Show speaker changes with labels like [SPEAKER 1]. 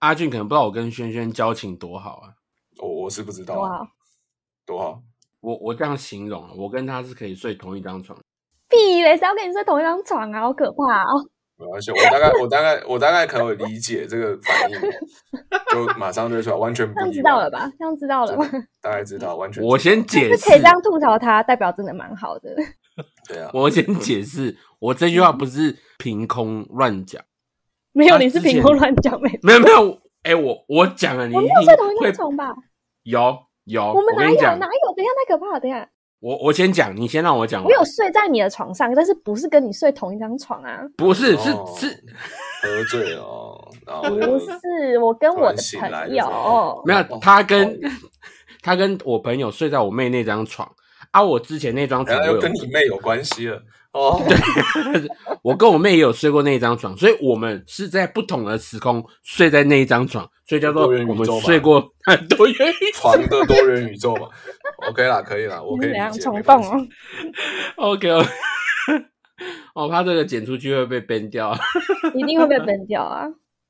[SPEAKER 1] 阿俊可能不知道我跟轩轩交情多好啊。
[SPEAKER 2] 我我是不知道啊
[SPEAKER 3] 哇，
[SPEAKER 2] 多好，
[SPEAKER 1] 我我这样形容啊，我跟他是可以睡同一张床。
[SPEAKER 3] 屁嘞，谁要跟你睡同一张床啊？好可怕哦！
[SPEAKER 2] 没关系，我大概我大概我大概可以理解这个反应，哦就马上就出来，完全不
[SPEAKER 3] 这样
[SPEAKER 2] 意
[SPEAKER 3] 知
[SPEAKER 2] 外
[SPEAKER 3] 道了吧？这样知道了吧？
[SPEAKER 2] 真的大概知道，完全知道。
[SPEAKER 1] 我先解
[SPEAKER 3] 是
[SPEAKER 1] 释
[SPEAKER 3] 可以，这样吐槽他，代表真的蛮好的。
[SPEAKER 2] 对啊，
[SPEAKER 1] 我先解释，我这句话不是凭空乱讲，
[SPEAKER 3] 没有，
[SPEAKER 1] 他
[SPEAKER 3] 你是
[SPEAKER 1] 之前
[SPEAKER 3] 凭空乱讲没？
[SPEAKER 1] 没有没有，哎、我我讲了，你
[SPEAKER 3] 我
[SPEAKER 1] 一
[SPEAKER 3] 没有
[SPEAKER 1] 定
[SPEAKER 3] 睡同一
[SPEAKER 1] 会
[SPEAKER 3] 张床吧？
[SPEAKER 1] 有有，
[SPEAKER 3] 我们哪
[SPEAKER 1] 跟
[SPEAKER 3] 有
[SPEAKER 1] 你讲
[SPEAKER 3] 哪，有？等一下太可怕了，等一下
[SPEAKER 1] 我我先讲，你先让我讲
[SPEAKER 3] 我
[SPEAKER 1] 完。
[SPEAKER 3] 有睡在你的床上，但是不是跟你睡同一张床啊？
[SPEAKER 1] 不是是
[SPEAKER 2] 哦
[SPEAKER 1] 是，
[SPEAKER 2] 喝醉了哦，然后
[SPEAKER 3] 不
[SPEAKER 2] 就。
[SPEAKER 3] 是，我跟我
[SPEAKER 2] 突然
[SPEAKER 3] 的
[SPEAKER 2] 醒来
[SPEAKER 3] 朋
[SPEAKER 2] 就
[SPEAKER 3] 友
[SPEAKER 2] 说，
[SPEAKER 1] 没有
[SPEAKER 2] 哦
[SPEAKER 1] 他跟他跟我朋友睡在我妹那张床啊，我之前那张床
[SPEAKER 2] 然后
[SPEAKER 1] 我
[SPEAKER 2] 又
[SPEAKER 1] 有
[SPEAKER 2] 哎跟你妹有关系了哦，对，
[SPEAKER 1] 我跟我妹也有睡过那一张床，所以我们是在不同的时空睡在那一张床，所以叫做
[SPEAKER 2] 多元宇
[SPEAKER 1] 我
[SPEAKER 2] 宙吧
[SPEAKER 1] 们睡过 很多元宇宙。
[SPEAKER 2] 床的多元宇宙嘛，OK 啦，可以啦，我可
[SPEAKER 3] 你是
[SPEAKER 2] 以
[SPEAKER 3] 怎
[SPEAKER 2] 理
[SPEAKER 3] 样
[SPEAKER 2] 解。
[SPEAKER 3] 虫
[SPEAKER 2] 没
[SPEAKER 3] 洞
[SPEAKER 2] 关系
[SPEAKER 3] 哦？
[SPEAKER 1] OK，我 哦我怕这个剪出去会被编掉。
[SPEAKER 3] 一定会被崩掉啊！